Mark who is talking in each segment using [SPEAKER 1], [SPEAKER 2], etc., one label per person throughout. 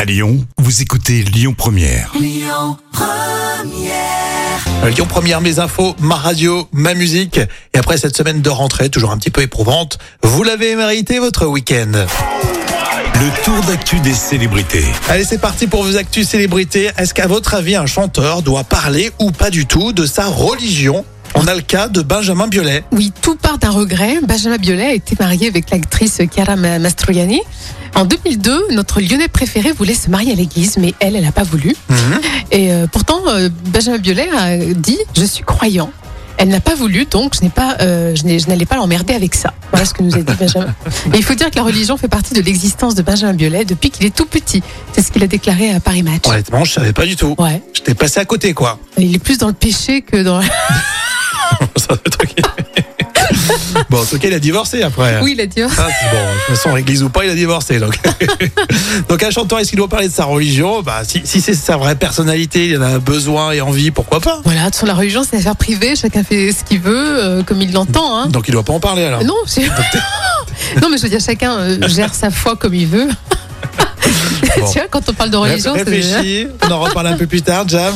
[SPEAKER 1] À Lyon, vous écoutez Lyon Première.
[SPEAKER 2] Euh, Lyon Première, mes infos, ma radio, ma musique. Et après cette semaine de rentrée, toujours un petit peu éprouvante, vous l'avez mérité votre week-end.
[SPEAKER 1] Le tour d'actu des célébrités.
[SPEAKER 2] Allez, c'est parti pour vos actus célébrités. Est-ce qu'à votre avis, un chanteur doit parler ou pas du tout de sa religion On a le cas de Benjamin Biolay.
[SPEAKER 3] Oui, tout part d'un regret. Benjamin Biolay a été marié avec l'actrice Chiara Ma- Mastroianni. En 2002, notre lyonnais préféré voulait se marier à l'église, mais elle, elle n'a pas voulu. Et euh, pourtant, euh, Benjamin Biolay a dit Je suis croyant. Elle n'a pas voulu, donc je n'ai pas, euh, je n'ai- je n'allais pas l'emmerder avec ça. Voilà ce que nous a dit Benjamin. Et il faut dire que la religion fait partie de l'existence de Benjamin Biolay depuis qu'il est tout petit. C'est ce qu'il a déclaré à Paris Match.
[SPEAKER 2] Honnêtement, je savais pas du tout.
[SPEAKER 3] Ouais.
[SPEAKER 2] J'étais passé à côté, quoi.
[SPEAKER 3] Il est plus dans le péché que dans.
[SPEAKER 2] Ça, c'est ok. bon, en tout cas, il a divorcé après.
[SPEAKER 3] Oui, il a dit.
[SPEAKER 2] Ah, c'est bon, de toute façon, l'église ou pas, il a divorcé. Donc, donc un chanteur, est-ce qu'il doit parler de sa religion bah, Si, si c'est sa vraie personnalité, il en a besoin et envie, pourquoi pas
[SPEAKER 3] Voilà, sur la religion, c'est une affaire privée, chacun fait ce qu'il veut, euh, comme il l'entend. Hein.
[SPEAKER 2] Donc il doit pas en parler alors.
[SPEAKER 3] Non, c'est- non, mais je veux dire, chacun euh, gère sa foi comme il veut. tu vois, quand on parle de religion,
[SPEAKER 2] Ré-
[SPEAKER 3] c'est.
[SPEAKER 2] Réfléchis, on en reparle un peu plus tard, Jam.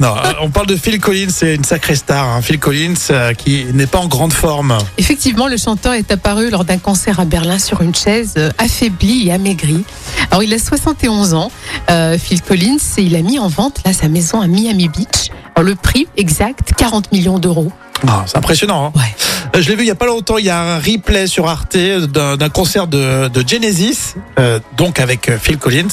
[SPEAKER 2] Non, euh, on parle de Phil Collins, c'est une sacrée star. hein. Phil Collins euh, qui n'est pas en grande forme.
[SPEAKER 3] Effectivement, le chanteur est apparu lors d'un concert à Berlin sur une chaise, euh, affaibli et amaigri. Alors, il a 71 ans, euh, Phil Collins, et il a mis en vente là, sa maison à Miami Beach. Alors, le prix exact, 40 millions d'euros.
[SPEAKER 2] Ah, c'est impressionnant. hein.
[SPEAKER 3] Ouais.
[SPEAKER 2] Euh, Je l'ai vu il y a pas longtemps, il y a un replay sur Arte d'un d'un concert de, de Genesis, euh, donc avec euh, Phil Collins.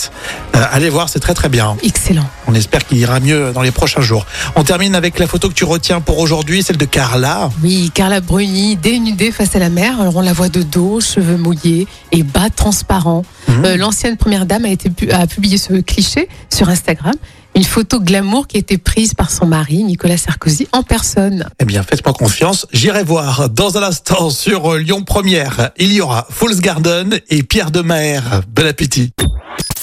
[SPEAKER 2] Euh, allez voir, c'est très très bien.
[SPEAKER 3] Excellent.
[SPEAKER 2] On espère qu'il ira mieux dans les prochains jours. On termine avec la photo que tu retiens pour aujourd'hui, celle de Carla.
[SPEAKER 3] Oui, Carla Bruni, dénudée face à la mer. Alors on la voit de dos, cheveux mouillés et bas transparents.
[SPEAKER 2] Mhm.
[SPEAKER 3] Euh, L'ancienne première dame a, été pu- a publié ce cliché sur Instagram. Une photo glamour qui a été prise par son mari, Nicolas Sarkozy, en personne.
[SPEAKER 2] Eh bien, faites-moi confiance, j'irai voir dans un instant sur euh, Lyon Première. Il y aura Fools Garden et Pierre de Maher. Bon appétit.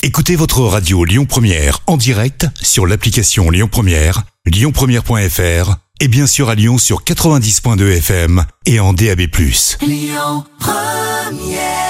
[SPEAKER 1] Écoutez votre radio Lyon Première en direct sur l'application Lyon Première, lyonpremière.fr et bien sûr à Lyon sur 90.2 FM et en DAB+.
[SPEAKER 4] Lyon Première